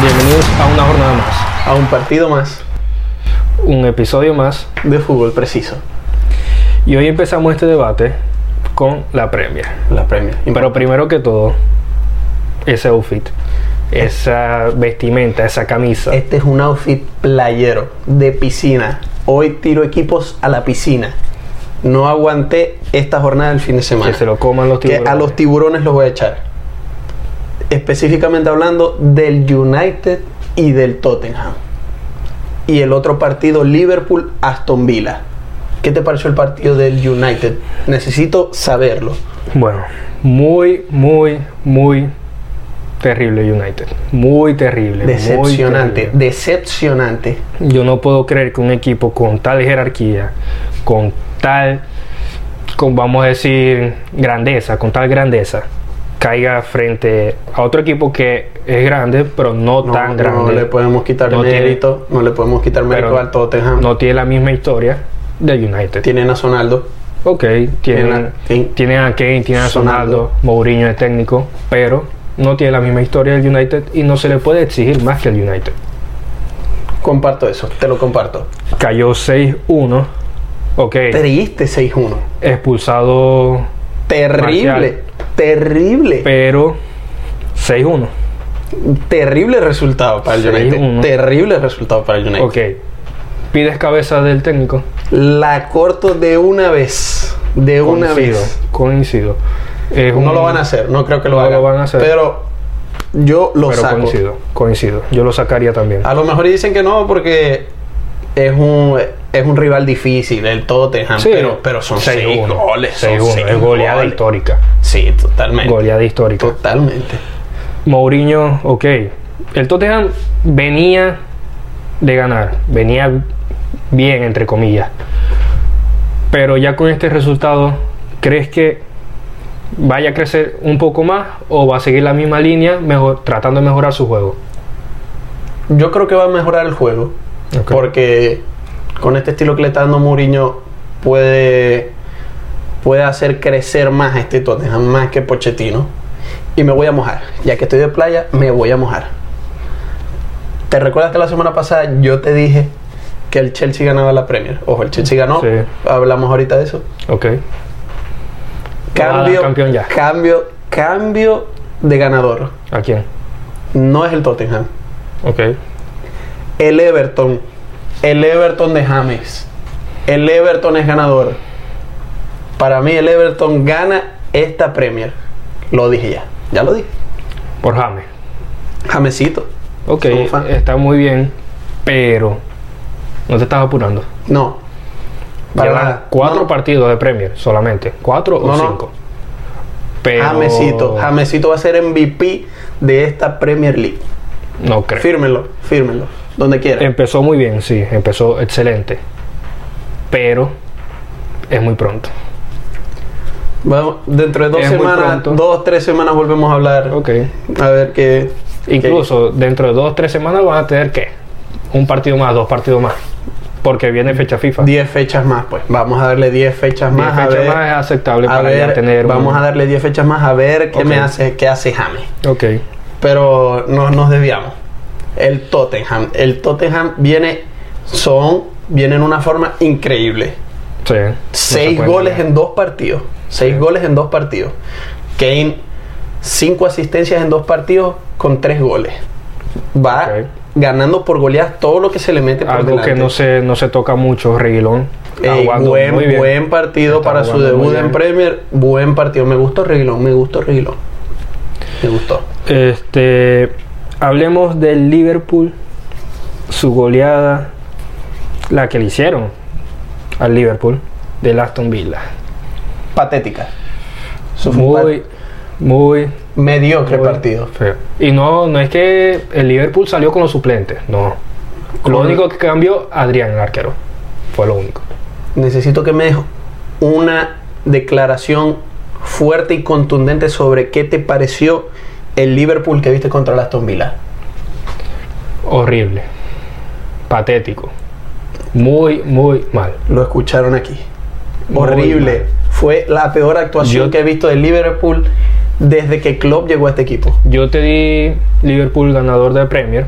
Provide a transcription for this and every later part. Bienvenidos a una jornada más, a un partido más un episodio más de fútbol preciso, y hoy empezamos este debate con la Premier. la Premier. Y Pero primero que todo, ese outfit, esa vestimenta, esa camisa. este es un outfit playero de piscina. Hoy tiro equipos a la piscina. No aguanté esta jornada del fin de semana. Que se lo coman los Que tiburones. a los tiburones los voy a echar. Específicamente hablando del United y del Tottenham. Y el otro partido, Liverpool-Aston Villa. ¿Qué te pareció el partido del United? Necesito saberlo. Bueno, muy, muy, muy terrible United. Muy terrible. muy Decepcionante, terrible. decepcionante. Yo no puedo creer que un equipo con tal jerarquía, con tal, con, vamos a decir, grandeza, con tal grandeza, caiga frente a otro equipo que es grande, pero no, No, tan no grande. le podemos quitar No tiene- mérito, no le podemos quitar mérito Pero al Tottenham. No tiene la misma historia del United. Tienen a Sonaldo. ok, tienen, Tiene- tienen a Kane, tienen a Sonaldo, Sonaldo. Mourinho es técnico, pero no tiene la misma historia del United y no se le puede exigir más que el United. Comparto eso, te lo comparto. Cayó 6-1, ok, Triste 6-1. expulsado Terrible, Marcial. terrible. pero 6-1. Terrible resultado para el United. 6-1. Terrible resultado para el United. Ok. Pides cabeza del técnico. La corto de una vez. De una Coincido, vez. Coincido. Es No un- lo van a hacer, no creo que lo, No lo hagan. van a hacer. Pero yo lo Pero saco. Ah, coincido, coincido. Yo lo sacaría también. A lo mejor dicen que no porque es un, es un rival difícil, el Tottenham. Sí. pero, pero son seis, 6-1, goles. son 6-1, seis Es goleada goles. histórica. Sí, totalmente. Goleada histórica. Totalmente. Mourinho, ok. El Tottenham venía de ganar. Venía bien, entre comillas. Pero ya con este resultado, ¿crees que vaya a crecer un poco más o va a seguir la misma línea mejor, tratando de mejorar su juego? Yo creo que va a mejorar el juego. Ok. Porque con este estilo que le está dando Mourinho puede, puede hacer crecer más a este Tottenham, más que Pochettino. Y me voy a mojar. Ya que estoy de playa, me voy a mojar. ¿Te recuerdas que la semana pasada yo te dije que el Chelsea ganaba la Premier? Ojo, el Chelsea ganó. Sí. Hablamos ahorita de eso. Ok. Cambio, Ah, campeón ya. cambio, cambio de ganador. ¿A quién? No es el Tottenham. Ok. El Everton. El Everton de James. El Everton es ganador. Para mí el Everton gana esta Premier. Lo dije ya. Ya lo dije. Por James. Jamesito. Ok, Somos fan. está muy bien, pero no te estás apurando. No. Para Llevan nada. cuatro No, no. partidos de Premier solamente. Cuatro o No, no. cinco. Pero... Jamesito. Jamesito va a ser MVP de esta Premier League. No creo. Fírmelo, fírmelo. Donde quiera. Empezó muy bien, sí, empezó excelente. Pero es muy pronto. Vamos, dentro de dos Es muy semanas, pronto. dos, tres semanas volvemos a hablar. Ok. A ver qué. Incluso dentro de dos o tres semanas van a tener que un partido más, dos partidos más. Porque viene fecha FIFA. 10 fechas más, pues. Vamos a darle 10 fechas Diez más. a fechas ver- más es aceptable A para ya ver, tener. un- vamos a darle 10 fechas más a ver qué Ok. me hace, qué hace James. Ok. Pero no, nos desviamos. El Tottenham, el Tottenham viene, son, viene en una forma increíble. Sí. no se Seis puede goles negar. en dos partidos. Seis goles en dos partidos. Kane, cinco asistencias en dos partidos con tres goles. Va Ok. ganando por goleadas todo lo que se le mete por Algo que delante. no se, no se toca mucho, Reguilón. Está Ey, jugando Eh, buen, muy bien. buen partido Está para su jugando muy debut en bien. Premier. Buen partido. Me gustó Reguilón, me gustó Reguilón. Me gustó. Este, hablemos del Liverpool, su goleada, la que le hicieron al Liverpool del Aston Villa. Patética. Eso fue un Muy, muy par- mediocre muy partido. feo. Y no, no es que el Liverpool salió con los suplentes, no. Lo Con- único que cambió, Adrián, el arquero. Fue lo único. Necesito que me des una declaración fuerte y contundente sobre qué te pareció el Liverpool que viste contra el Aston Villa. Horrible. Patético. Muy, muy mal. Lo escucharon aquí. Muy Horrible. mal. Fue la peor actuación Yo- que he visto del Liverpool desde que Klopp llegó a este equipo. Yo te di Liverpool ganador de Premier.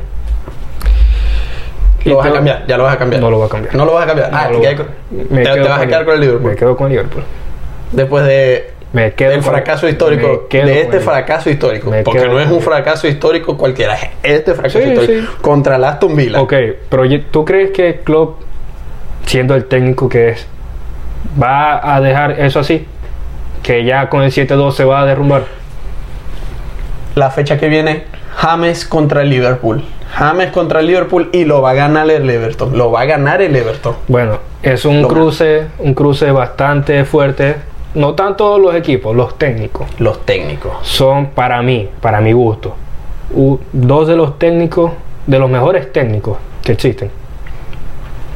Y Lo vas a te- cambiar, ya lo vas a cambiar. No lo voy a cambiar. No lo vas a cambiar. No Ah, lo te, voy a- quedas con- me te- te quedo vas a quedar con el Me Liverpool. quedo con Liverpool. Después de Me quedo del con- fracaso me histórico, quedo de con este el- fracaso histórico, Me porque quedo no es con un el- fracaso histórico cualquiera, es este fracaso Sí, histórico sí. contra el Aston Villa. Ok, pero ye- ¿tú crees que Klopp, siendo el técnico que es, va a dejar eso así? Que ya con el 7-2 se va a derrumbar. La fecha que viene, James contra el Liverpool. James contra el Liverpool y lo va a ganar el Everton. Lo va a ganar el Everton. Bueno, es un Lo- cruce, un cruce bastante fuerte. No tanto los equipos, los técnicos. Los técnicos. Son para mí, para mi gusto, u- dos de los técnicos, de los mejores técnicos que existen.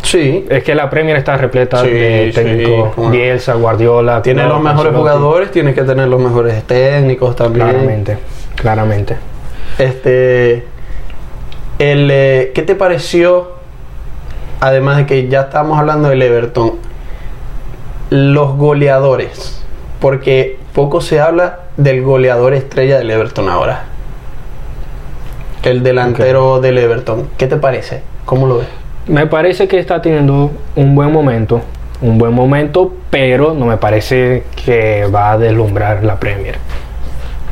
Sí. Es que la Premier está repleta Sí, de sí, técnicos. cómo no. Bielsa, Guardiola. Tiene Klopp, los mejores Ancelotti. jugadores, tiene que tener los mejores técnicos también. Claramente, claramente. Este, el, eh, ¿Qué te pareció, además de que ya estábamos hablando del Everton, los goleadores? Porque poco se habla del goleador estrella del Everton ahora. El delantero del Everton. ¿Qué te parece? ¿Cómo lo ves? Me parece que está teniendo un buen momento, un buen momento, pero no me parece que va a deslumbrar la Premier.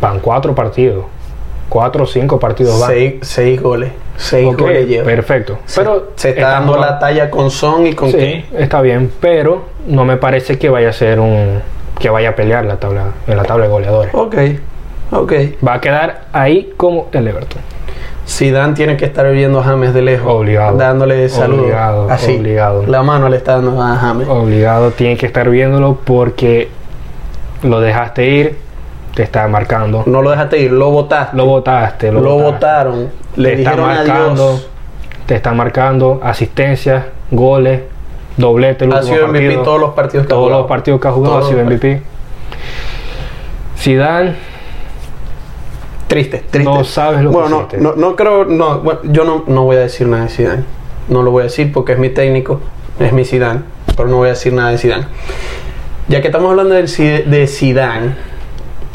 Van cuatro partidos, cuatro o cinco partidos van. Seis, seis goles. Seis Ok, goles lleva. perfecto. Se- pero se está dando jugando- la talla con Son y con Sí, Kane. está bien, pero no me parece que vaya a ser un que vaya a pelear la tabla en la tabla de goleadores. Ok, ok. Va a quedar ahí como el Everton. Zidane tiene que estar viendo a James de lejos. Obligado. Dándole saludos. Obligado, Así. obligado. Oh. La mano le está dando a James. Obligado, tiene que estar viéndolo porque lo dejaste ir, te está marcando. No lo dejaste ir, lo botaste. Lo votaste, Lo, lo, votaste. botaron. Le te está dijeron marcando, adiós. te está marcando asistencias, goles, doblete. el Ha último sido MVP partido. todos los partidos que ha Todos jugado. los partidos que ha jugado Todos ha sido los MVP. Zidane, Triste, triste. No sabes lo que bueno, no- hiciste. no, no, creo. No, bueno, yo no, no voy a decir nada de Zidane. No lo voy a decir porque es mi técnico, es mi Zidane. Pero no voy a decir nada de Zidane. Ya que estamos hablando del Zid- de Zidane,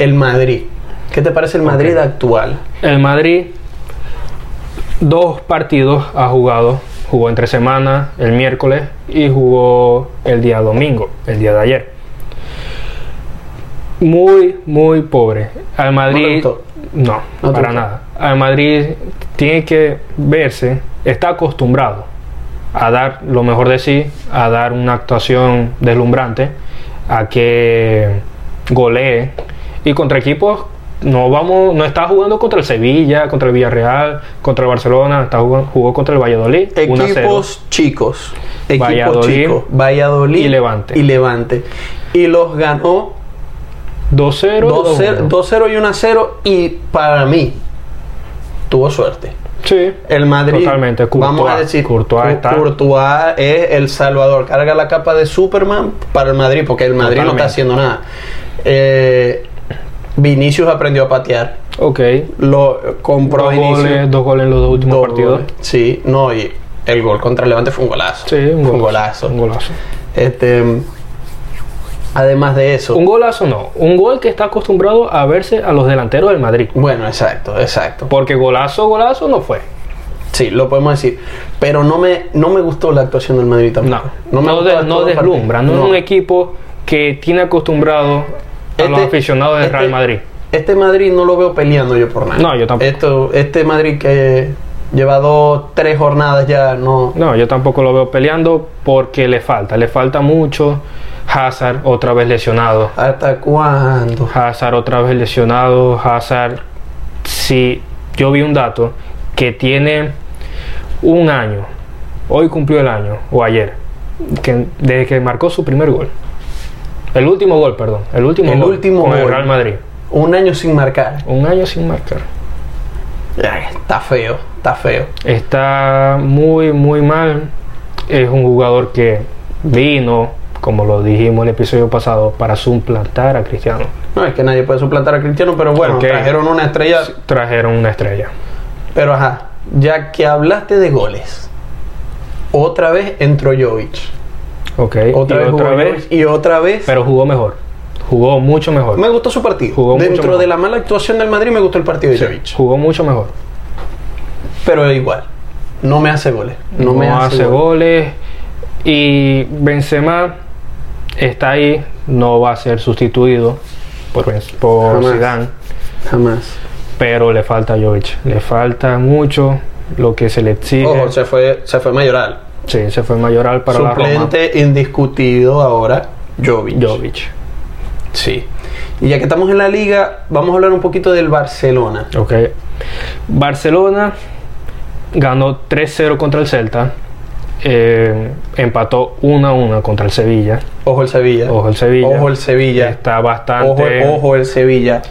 el Madrid. ¿Qué te parece el Madrid actual? el Madrid, dos partidos ha jugado. Jugó entre semana, el miércoles, y jugó el día domingo, el día de ayer. Muy, muy pobre. Al Madrid. gustó? No, No te para gustó. nada. Al Madrid tiene que verse, está acostumbrado a dar lo mejor de sí, a dar una actuación deslumbrante, a que golee. Y contra equipos, no vamos, no está jugando contra el Sevilla, contra el Villarreal, contra el Barcelona, está jugando, jugó contra el Valladolid. 1 a 0. Equipos chicos. Equipos Valladolid chicos. Valladolid. y Levante. Y Levante. Y los ganó 2-0. 2-1. 2-0 2-0 y 1-0. Y para mí, tuvo suerte. Sí. El Madrid. Totalmente, vamos a Courtois. decir. Courtois Cu- está- Courtois es el salvador. Carga la capa de Superman para el Madrid. Porque el Madrid no Totalmente. está haciendo nada. Eh, Vinicius aprendió a patear. Ok. Lo compró Dos Vinicius. goles, dos goles en los dos últimos Dos partidos. goles. Sí, no, y el gol contra el Levante fue un golazo. Sí, un Fue golazo. Un Un golazo. golazo. Este, además de eso. Un golazo no, un gol que está acostumbrado a verse a los delanteros del Madrid. Bueno, exacto, exacto. Porque golazo, golazo no fue. Sí, lo podemos decir. Pero no me, no me gustó la actuación del Madrid No, tampoco. no, me gustó de- la- no todo el partido. deslumbra. No, es un equipo que tiene acostumbrado a los Este- aficionados del este- Real Madrid. Este Madrid no lo veo peleando yo por nada. No, yo tampoco. Esto, este Madrid que lleva dos, tres jornadas ya, no. No, yo tampoco lo veo peleando porque le falta, le falta mucho. Hazard otra vez lesionado. ¿Hasta cuándo? Hazard otra vez lesionado. Hazard, si yo vi un dato que tiene un año, hoy cumplió el año o ayer, que desde que marcó su primer gol, el último gol, perdón, el último El gol último con el gol. Real Madrid, Un año sin marcar. un año sin marcar, Ay, Está feo, está feo. está muy muy mal, es un jugador que vino, como lo dijimos en el episodio pasado, para suplantar a Cristiano, No, es que nadie puede suplantar a Cristiano, pero bueno, Ok. trajeron una estrella. trajeron una estrella. Pero ajá, ya que hablaste de goles, otra vez entró Jovic. Ok, Otra Eh, y vez, jugó otra vez Jovic, y otra vez pero jugó mejor. Jugó mucho mejor. Me gustó su partido. Jugó mucho Dentro mejor. de la mala actuación del Madrid me gustó el partido de Jovic. Jugó mucho mejor. Pero igual, no me hace goles. No, me hace, goles. goles. Y Benzema está ahí, no va a ser sustituido por, Benz- por Jamás. Zidane, Jamás. pero le falta a Jovic. Le falta mucho lo que se le exige. Ojo, se fue, se fue Mayoral. Sí, se fue mayoral eh, para Suplente indiscutido ahora, Jovic. la Roma. Jovic. Sí. Y ya que estamos en la liga, vamos a hablar un poquito del Barcelona. Ok. Barcelona ganó 3-0 contra el Celta. eh, empató 1-1 contra el Sevilla. Ojo el Sevilla. Ojo el Sevilla. Ojo el Sevilla. Está Ojo, bastante. ojo el Sevilla.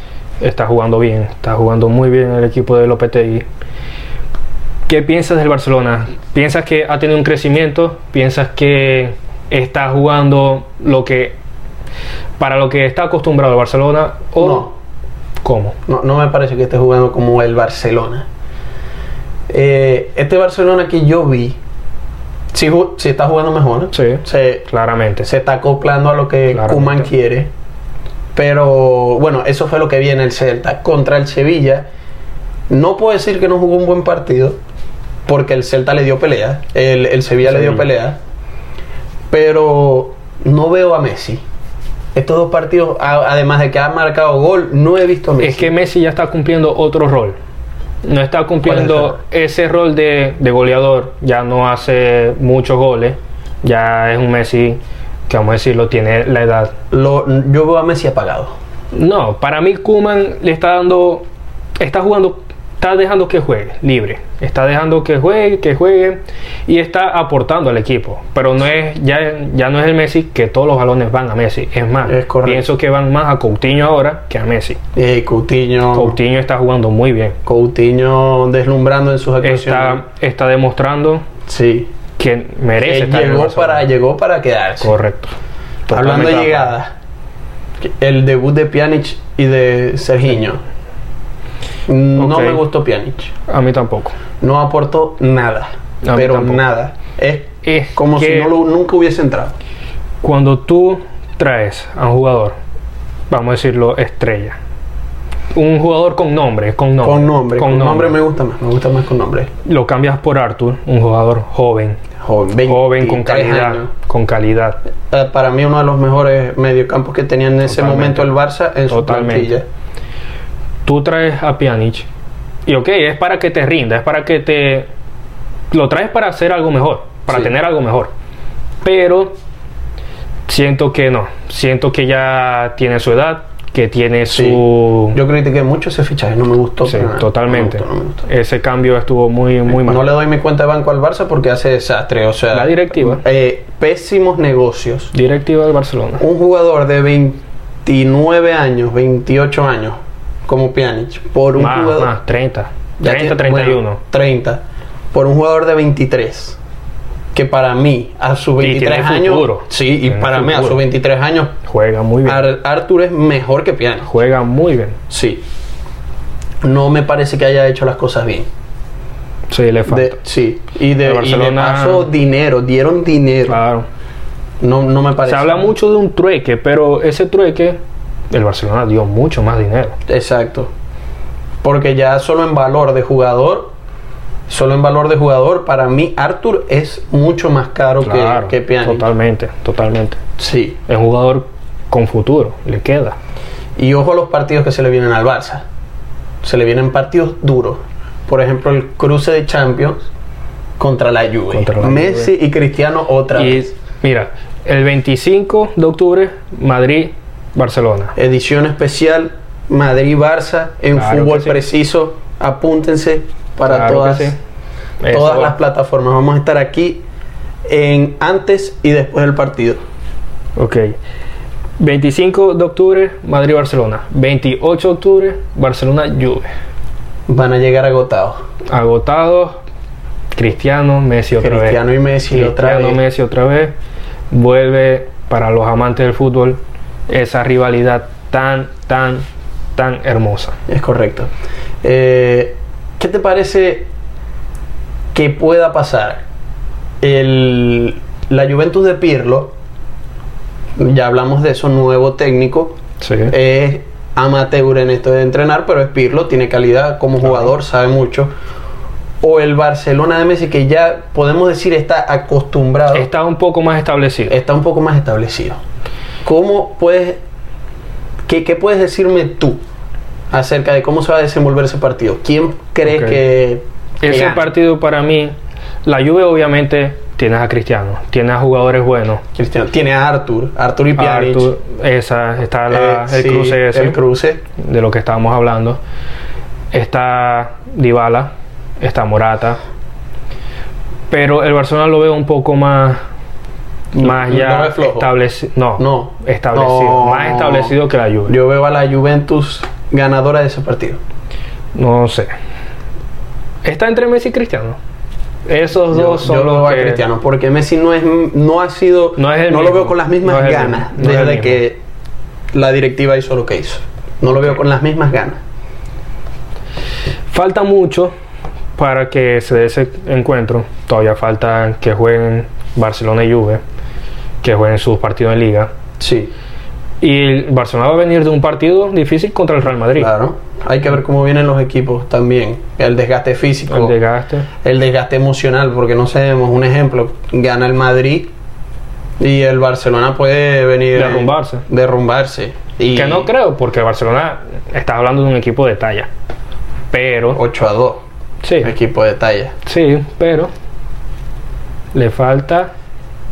Está jugando bien. Está jugando muy bien el equipo de Lopetegui. ¿Qué piensas del Barcelona? ¿Piensas que ha tenido un crecimiento? ¿Piensas que está jugando lo que para lo que está acostumbrado el Barcelona? ¿O No. cómo? No, no me parece que esté jugando como el Barcelona. Eh, este Barcelona que yo vi, sí, ju- sí está jugando mejor. Sí. Se, Claramente. se está acoplando a lo que Claramente. Kuman quiere. Pero bueno, eso fue lo que vi en el Celta. Contra el Sevilla, no puedo decir que no jugó un buen partido, porque el Celta le dio pelea, el, el Sevilla le dio Sevilla. pelea. Pero no veo a Messi. Estos dos partidos, a- además de que ha marcado gol, no he visto a Messi. Es que Messi ya está cumpliendo otro rol. No está cumpliendo ese rol de, de goleador. Ya no hace muchos goles. Ya es un Messi que, vamos a decirlo, tiene la edad. Lo- yo veo a Messi apagado. No, para mí Kuman le está dando. Está jugando. Está dejando que juegue libre. Está dejando que juegue, que juegue. Y está aportando al equipo. Pero no es, ya, ya no es el Messi que todos los balones van a Messi. Es más, Es correcto. pienso que van más a Coutinho ahora que a Messi. Eh, Coutinho, Coutinho. Coutinho está jugando muy bien. deslumbrando en sus actuaciones. está, está demostrando sí. que merece Que estar en el llegó, Barcelona. para, llegó para quedarse. correcto Hablando Totalmente de acuerdo. llegadas, el debut de Pjanic y de Serginho. No Ok. me gustó Pjanic. a mí tampoco No aportó nada. A mí pero tampoco. nada. Es es como que si no lo- nunca hubiese entrado. cuando tú traes a un jugador vamos a decirlo estrella un jugador con nombre con nombre con nombre. Con, nombre. me gusta más. Me gusta más con nombre. lo cambias por Arthur un jugador joven Joven, 23 joven con calidad años. con calidad Eh, Para mí uno de los mejores mediocampos que tenía en ese Totalmente. momento el Barça en su Totalmente. plantilla. tú traes a Pjanic y ok, es para que te rinda, es para que te lo traes para hacer algo mejor, para Sí. tener algo mejor. Pero siento que no, siento que ya tiene su edad, que tiene Sí. su Yo critiqué mucho ese fichaje. No me gustó. Sí, para nada. No me totalmente. gustó, Ah, no me gustó. Ese cambio estuvo muy muy mal. No le doy mi cuenta de banco al Barça porque hace desastre. O sea, La directiva. eh, pésimos negocios. Directiva del Barcelona. Un jugador de 29 años, 28 años, como Pjanic, por un Más, jugador. más, 30. ya 30, tiene- 31. bueno, 30. Por un jugador de 23. Que para mí, a sus Y tiene 23 años. futuro. Sí, y Tiene para mí, a futuro. sus 23 años, Juega muy bien. Ar- Arthur es mejor que Pjanic. Juega muy bien. Sí. No me parece que haya hecho las cosas bien. Sí, le falta. De- sí, El y de, y de Barcelona- paso dinero, dieron dinero. Claro. No, no me parece. Se habla mucho de un trueque, pero ese trueque, el Barcelona dio mucho más dinero. Exacto. Porque ya solo en valor de jugador, solo en valor de jugador, para mí Arthur es mucho más caro que- Claro, que, Pjanic. totalmente, totalmente. Sí. Es un jugador con futuro, le queda. Y ojo a los partidos que se le vienen al Barça. Se le vienen partidos duros. Por ejemplo, el cruce de Champions contra la Juve. Contra la Messi y Cristiano otra Y vez. mira, el 25 de octubre, Madrid, Barcelona. Edición especial Madrid-Barça en Claro que fútbol sí. preciso. Apúntense para Claro que todas sí. Eso todas va. las plataformas. Vamos a estar aquí en antes y después del partido. Ok. 25 de octubre, Madrid-Barcelona. 28 de octubre, Barcelona-Juve. Van a llegar agotados. Agotados, Cristiano, Messi otra vez. Cristiano y Messi otra Cristiano vez. Messi otra vez vuelve para los amantes del fútbol esa rivalidad tan tan tan hermosa Es correcto. Eh, ¿Qué te parece que pueda pasar? El, la Juventus de Pirlo, ya hablamos de eso, nuevo técnico, Sí. Es amateur en esto de entrenar, pero es Pirlo, tiene calidad como jugador, sabe mucho. O el Barcelona de Messi, que ya podemos decir está acostumbrado, Está un poco más establecido. está un poco más establecido. ¿Cómo puedes, qué, qué puedes decirme tú acerca de cómo se va a desenvolver ese partido? ¿Quién crees Ok. que, que Ese gana? partido para mí, la Juve obviamente tienes a Cristiano, tienes a jugadores buenos. Cristiano? Tiene a Arthur, Arthur y Pjanic. Arthur, esa, está la- Eh, el sí, cruce ese, El cruce. de lo que estábamos hablando. Está Dybala, está Morata. Pero el Barcelona lo veo un poco más más Lo- lo ya ves flojo. establecido, no, No. establecido, No. más establecido que la Juve. Yo veo a la Juventus ganadora de ese partido. No sé. Está entre Messi y Cristiano. Esos Yo, dos son yo los lo veo a que- Cristiano, porque Messi no es no ha sido No es el lo mismo. veo con las mismas No es el ganas mismo. No es el desde mismo. que la directiva hizo lo que hizo. No lo veo con las mismas ganas. Falta mucho para que se dé ese encuentro. Todavía falta que jueguen Barcelona y Juve, que jueguen sus partidos en liga. Sí, Y el Barcelona va a venir de un partido difícil contra el Real Madrid. claro. Hay que ver cómo vienen los equipos también, el desgaste físico, El desgaste. el desgaste emocional, porque no sabemos, un ejemplo, gana el Madrid y el Barcelona puede venir Derrumbarse. derrumbarse y Que no creo, porque el Barcelona está hablando de un equipo de talla. Pero. 8 a 2, Sí, equipo de talla. sí, pero. Le falta.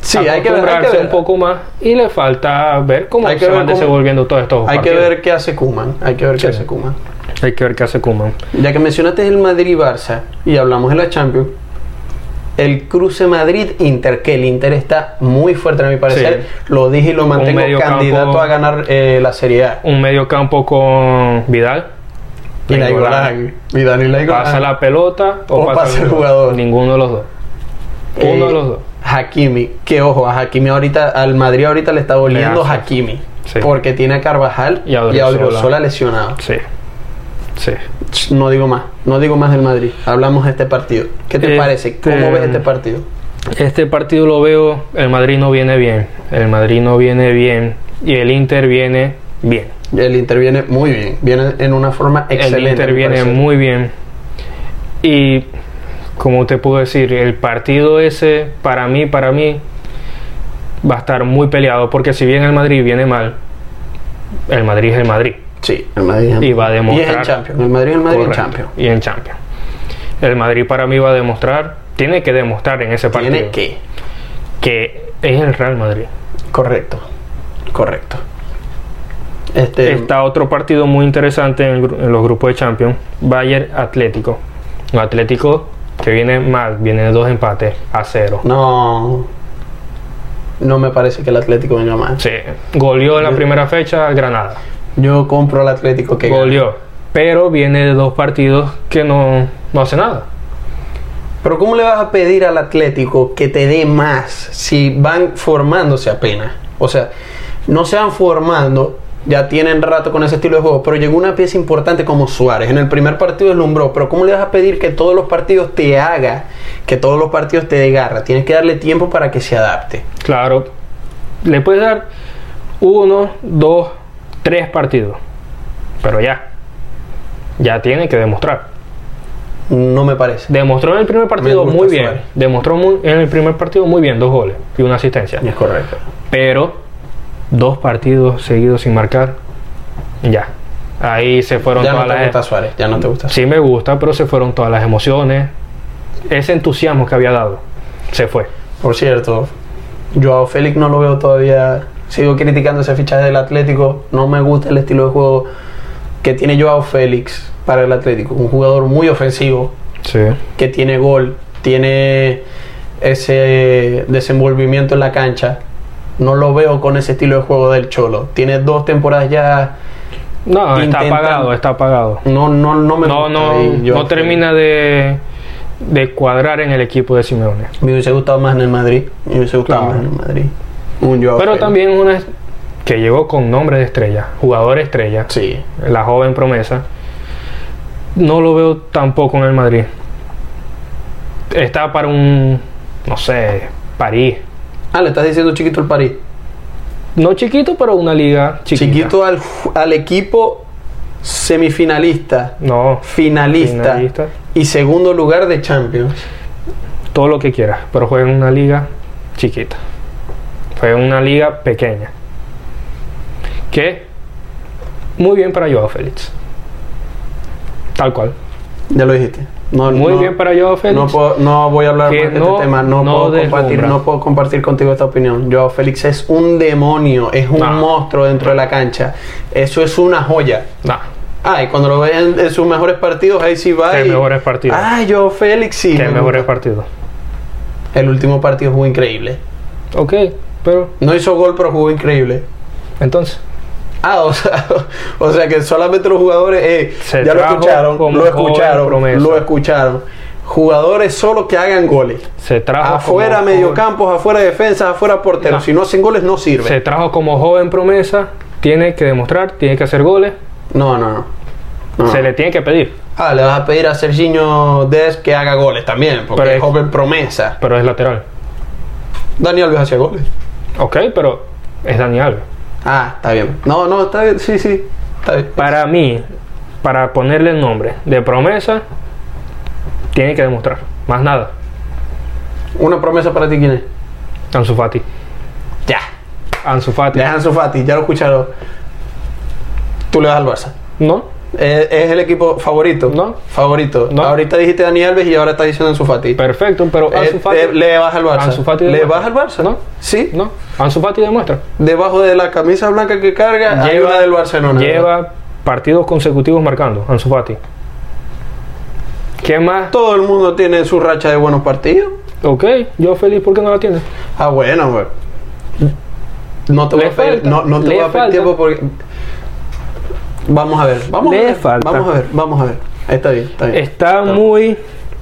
Sí, hay que ver, hay que acostumbrarse ver. un poco más. Y le falta ver cómo Hay que se ver van cómo- desenvolviendo todos estos Hay que partidos. ver qué hace Kuman, hay que ver qué Sí. hace Kuman. Hay que ver qué hace Koeman. Ya que mencionaste el Madrid-Barça y hablamos de la Champions, el cruce Madrid-Inter, que el Inter está muy fuerte a mi parecer, lo dije y lo mantengo medio candidato campo- a ganar eh, la Serie A. Un medio campo con Vidal. Y la Nainggolan. Igualán, Vidal y la Igualán. Pasa la pelota o, O pasa el jugador. Ninguno de los dos. Uno Eh, de los dos. Hakimi, que ojo, a Hakimi ahorita, al Madrid ahorita le está doliendo hace. Hakimi, Sí. porque tiene a Carvajal Y y a a Odriozola. Odriozola lesionado. Sí. Sí. No digo más, no digo más del Madrid, hablamos de este partido. ¿Qué te Este- parece? ¿Cómo ves este partido? Este partido lo veo, el Madrid no viene bien, el Madrid no viene bien y el Inter viene bien. El Inter viene muy bien, viene en una forma excelente. el Inter me viene parece. muy bien y como te puedo decir, el partido ese para mí, para mí va a estar muy peleado porque si bien el Madrid viene mal, el Madrid es el Madrid Sí, el Madrid. es- y va a Y es demostrar en Champions, el Madrid es el Madrid en Correcto, Champions. y en Champions. El Madrid para mí va a demostrar, tiene que demostrar en ese partido Tiene que. que es el Real Madrid. Correcto, correcto. Este, Está otro partido muy interesante en, el gru- en los grupos de Champions. Bayern Atlético. Un Atlético que viene mal, viene de dos empates a cero. No, no me parece que el Atlético venga mal. Se goleó en la primera fecha a Granada. Yo compro al Atlético que gane. Goleó. Pero viene de dos partidos que no, no hace nada. Pero ¿cómo le vas a pedir al Atlético que te dé más si van formándose apenas? O sea, no se van formando, ya tienen rato con ese estilo de juego, pero llegó una pieza importante como Suárez. En el primer partido deslumbró, pero ¿cómo le vas a pedir que todos los partidos te haga, que todos los partidos te dé garra? Tienes que darle tiempo para que se adapte. Claro, le puedes dar uno, dos, tres partidos. Pero ya. Ya tiene que demostrar. No me parece. Demostró en el primer partido gusta muy bien. Suárez. Demostró muy- en el primer partido muy bien, dos goles y una asistencia. Es correcto. Pero dos partidos seguidos sin marcar, ya. Ahí se fueron Ya no todas te gusta las. em- Suárez, ya no te gusta. Sí me gusta, pero se fueron todas las emociones. Ese entusiasmo que había dado se fue. Por cierto, Joao Félix no lo veo todavía. Sigo criticando ese fichaje del Atlético. No me gusta el estilo de juego que tiene Joao Félix para el Atlético. Un jugador muy ofensivo, Sí. que tiene gol, tiene ese desenvolvimiento en la cancha. No lo veo con ese estilo de juego del Cholo. Tiene dos temporadas ya. No, está Intentan- apagado, está apagado. No, no, no me No, gusta. no, y Joao no termina de, de cuadrar en el equipo de Simeone. Félix. Me hubiese gustado más en el Madrid. Me hubiese gustado Claro. más en el Madrid. Un Joao Pero Félix. también una es- que llegó con nombre de estrella, jugador estrella. Sí, la joven promesa. No lo veo tampoco en el Madrid. Está para un, no sé, París. Ah, le estás diciendo chiquito el París. no chiquito, pero una liga chiquita. Chiquito al, ju- al equipo semifinalista, No, finalista, finalista. y segundo lugar de Champions. todo lo que quieras, pero juega en una liga chiquita. Fue una liga pequeña. Que muy bien para Joao Félix. Tal cual. Ya lo dijiste. No, Muy no- bien para Joao Félix. No, puedo- no voy a hablar Que más de no- este tema, no, no puedo compartir, deslumbra. no puedo compartir contigo esta opinión. Yo, Félix es un demonio, es un No. monstruo dentro de la cancha. Eso es una joya. Nah. Ay, cuando lo ven en sus mejores partidos, ahí sí va. Qué y- mejores partidos. Ay, yo, Félix sí. que me mejores gusta. partidos. El último partido jugó increíble. Ok, pero No hizo gol, pero jugó increíble. entonces. Ah, o sea, o sea que solamente los jugadores, eh, Se ya lo trajo escucharon, como lo joven escucharon, promesa. lo escucharon. Jugadores solo que hagan goles. Se trajo Afuera como mediocampos, afuera defensas, afuera porteros. No. Si no hacen goles, no joven- sirve. se trajo como joven promesa, tiene que demostrar, tiene que hacer goles, No, no, no. No. se le tiene que pedir, Ah, le vas a pedir a Serginho Des que haga goles también, porque Pero es es- joven promesa. pero es lateral. Daniel Alves hacía goles. Ok, pero es Dani Alves. Ah, está bien. No, no, está bien. Sí, sí. Está bien. Para mí, para ponerle el nombre de promesa, tiene que demostrar, más nada. Una promesa para ti, ¿quién es? Ansu Fati. Ya. Ansu Fati. Ya es Ansu Fati, ya lo escucharon. Tú le vas al Barça. No, Eh, Es, el equipo favorito. No. Favorito. No. Ahorita dijiste Dani Alves y ahora estás diciendo Ansu Fati. perfecto, pero Ansu Eh, Fati. eh, le vas al Barça. Ansu Fati le demuestra. vas al Barça. No. Sí. No, Ansu Fati demuestra. Debajo de la camisa blanca que carga, lleva Lleva- del Barcelona. Lleva partidos consecutivos marcando, Ansu Fati. ¿Qué más? Todo el mundo tiene su racha de buenos partidos. Ok, yo feliz, ¿por qué no la tiene? Ah, bueno, güey. No te voy Le a pedir, falta, no, no te le voy a pedir falta. tiempo porque. Vamos a ver, vamos a Le ver. falta. Vamos a ver, vamos a ver. Está bien, está bien. Está muy.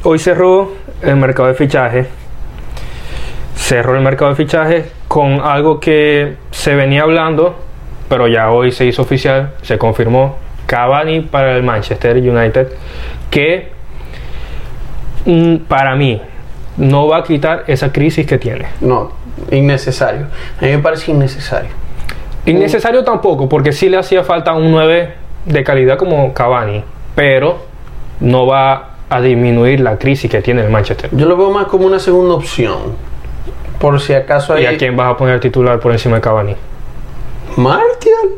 Hoy cerró el mercado de fichajes. Cerró el mercado de fichajes con algo que se venía hablando, pero ya hoy se hizo oficial, se confirmó Cavani para el Manchester United, que mm, para mí no va a quitar esa crisis que tiene. No, innecesario. A mí me parece innecesario. Mm. Innecesario tampoco, porque sí le hacía falta un 9 de calidad como Cavani, pero no va a disminuir la crisis que tiene el Manchester. Yo lo veo más como una segunda opción. Por si acaso hay. ¿Y a quién vas a poner titular por encima de Cavani? Martial.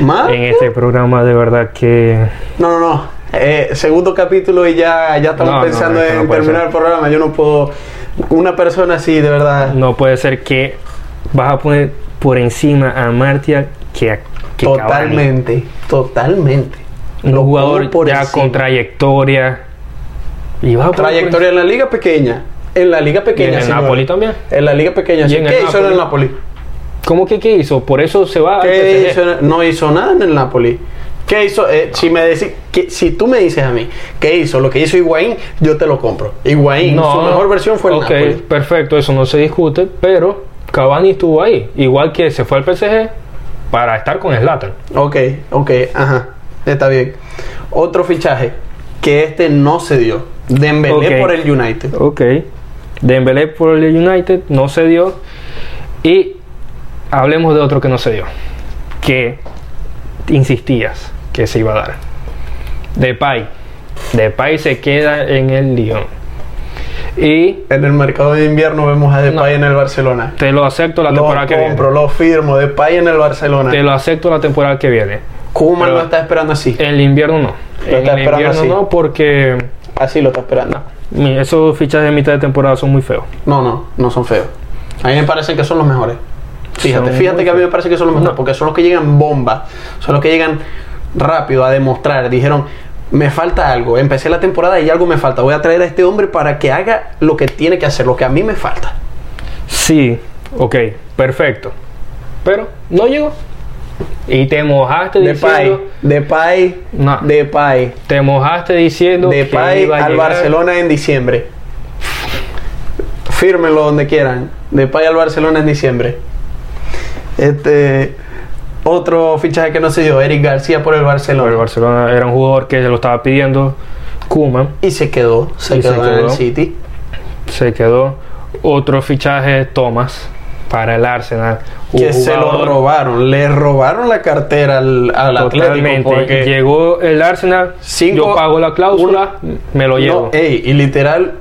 Martial. Ah. En este programa de verdad que... No, no, no. Eh, segundo capítulo y ya, ya estamos No, no, pensando no, esto en no puede terminar ser. el programa. Yo no puedo. Una persona así, de verdad. No puede ser que vas a poner por encima a Martial que a que Cavani. totalmente. Totalmente. Un Lo jugador pongo por ya encima. con trayectoria. Y vas a poner por Trayectoria en la liga pequeña. En la liga encima- Y en pequeña. el señor. Napoli también. En la liga pequeña. Y sí. en el ¿Qué hizo en el Napoli. Napoli? ¿Cómo que qué hizo? Por eso se va al ¿Qué PSG. hizo en- no hizo nada en el Napoli. ¿Qué hizo? Eh, si, me decí- que- si tú me dices a mí, ¿qué hizo? Lo que hizo Higuaín, yo te lo compro. Higuaín, su mejor versión fue el Ok, Napoli. perfecto, eso no se discute, pero Cavani estuvo ahí, igual que se fue al PSG para estar con Zlatan. Ok, ok, ajá. Está bien. Otro fichaje que este no se dio. Dembélé Ok. por el United. Ok. Dembélé por el United no se dio y hablemos de otro que no se dio, que insistías que se iba a dar. Depay. Depay se queda en el Lyon. Y En el mercado de invierno vemos a Depay en el Barcelona. te lo acepto la Lo temporada que viene. compro, lo firmo. Depay en el Barcelona. Te lo acepto la temporada que viene. Kuma Pero- eh. lo está esperando así. El invierno no. Lo En está el esperando invierno así. no, porque Así lo está esperando. mi- esos fichajes de mitad de temporada son muy feos. No, no, no son feos. A mí me parecen que son los mejores. Fíjate, Son fíjate muy que a mí me feos. parece que son los mejores, porque son los que llegan bomba, son los que llegan rápido a demostrar. Dijeron, me falta algo, empecé la temporada y algo me falta, voy a traer a este hombre para que haga lo que tiene que hacer, lo que a mí me falta. Sí, ok, perfecto. Pero no llegó. Y te mojaste Depay, diciendo. Depay, No. Depay, Te mojaste diciendo. que Depay iba a al llegar. Barcelona en diciembre. Fírmenlo donde quieran. Depay al Barcelona en diciembre. Este otro fichaje que no se dio, Eric García por el Barcelona. El Barcelona era un jugador que lo estaba pidiendo. Kuman Y se quedó, se Y se quedó en el quedó. City. se quedó. Otro fichaje, Thomas. para el Arsenal. Un Que se lo jugador- robaron, le robaron la cartera al, al Totalmente. Atlético. Porque Llegó el Arsenal, Cinco- yo pago la cláusula, me lo No, eh, llevo. ey, y literal,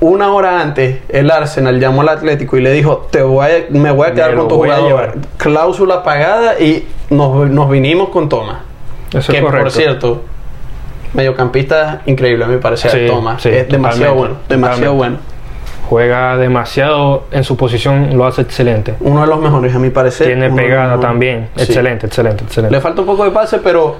una hora antes, el Arsenal llamó al Atlético y le dijo, te voy a- me voy a Me quedar lo con tu voy a jugador. llevar. Cláusula pagada y nos, nos vinimos con Thomas. Eso que es correcto. por cierto, mediocampista increíble a mi parecer, Sí, Thomas. sí, es demasiado totalmente, bueno, demasiado bueno. Juega demasiado en su posición, lo hace excelente. Uno de los mejores a mi parecer. Tiene uno de los pegada mejores. también. Sí. Excelente, excelente, excelente. Le falta un poco de pase, pero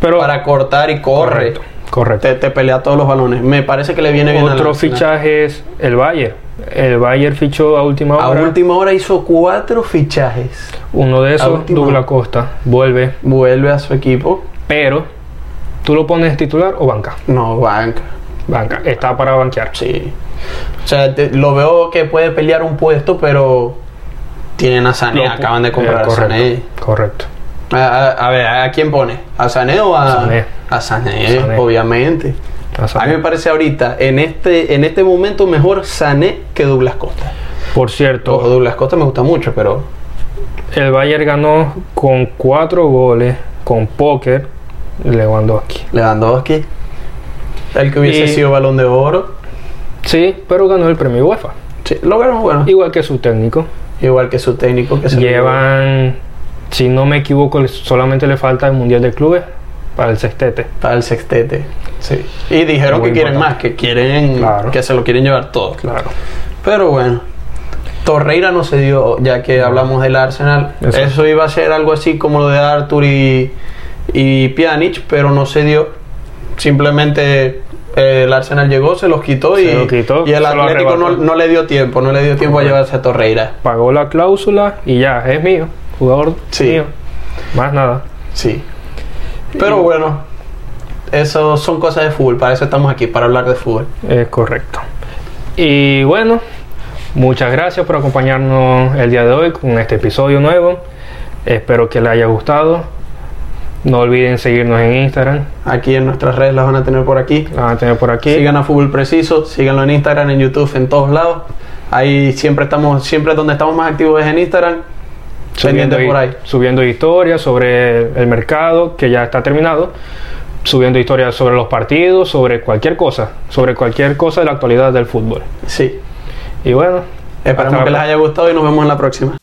Pero para cortar y corre. correcto, correcto. Te, te pelea todos los balones. Me parece que le viene bien al Otro Arsenal. fichaje es el Bayern. El Bayern fichó a última A hora. última hora hizo cuatro fichajes. Uno de esos, última hora. Douglas Costa, vuelve. Vuelve a su equipo. Pero, ¿tú lo pones titular o banca? No, banca. Banca. Está para banquear. Sí. O sea, te- lo veo que puede pelear un puesto, pero tienen a Sané. Lo- acaban de eh, comprar a Sané. correcto, correcto. A, a- a ver, ¿a quién pone? ¿A Sané o a...? Sané. A Sané, Sané. obviamente. A A mí Sané. me parece ahorita, en este, en este momento, mejor Sané que Douglas Costa. Por cierto, Ojo, Douglas Costa me gusta mucho, pero... El Bayern ganó con cuatro goles, con póker, Lewandowski. Lewandowski, el que hubiese Y- sido Balón de Oro. Sí, pero ganó el premio UEFA. Sí, lo ganó, bueno. Igual que su técnico. Igual que su técnico que se lo llevó. Llevan, si no me equivoco, le- solamente le falta el Mundial de Clubes para el sextete. para el sextete. Sí. Y dijeron Muy que quieren importante. más, que quieren Claro. que se lo quieren llevar todo. Claro. Pero bueno, Torreira no se dio, ya que hablamos del Arsenal. Exacto. Eso iba a ser algo así como lo de Arthur y, y Pjanic, pero no se dio. Simplemente eh, el Arsenal llegó, se los quitó, Se y, lo quitó, y el se lo Atlético no, arrebató. no le dio tiempo, no le dio tiempo a llevarse a Torreira. Pagó la cláusula y ya, es mío. Jugador Sí. mío. Más nada. Sí. Pero bueno, eso son cosas de fútbol, para eso estamos aquí, para hablar de fútbol. Es correcto. Y bueno, muchas gracias por acompañarnos el día de hoy con este episodio nuevo. Espero que les haya gustado. No olviden seguirnos en Instagram. Aquí en nuestras redes las van a tener por aquí. La van a tener por aquí. Sigan a Fútbol Preciso, síganlo en Instagram, en YouTube, en todos lados. Ahí siempre estamos, siempre donde estamos más activos es en Instagram. Subiendo Pendiente hi- por ahí. Subiendo historias sobre el mercado que ya está terminado. Subiendo historias sobre los partidos, sobre cualquier cosa. Sobre cualquier cosa de la actualidad del fútbol. Sí. Y bueno, hasta Esperamos la que les pro- haya gustado y nos vemos en la próxima.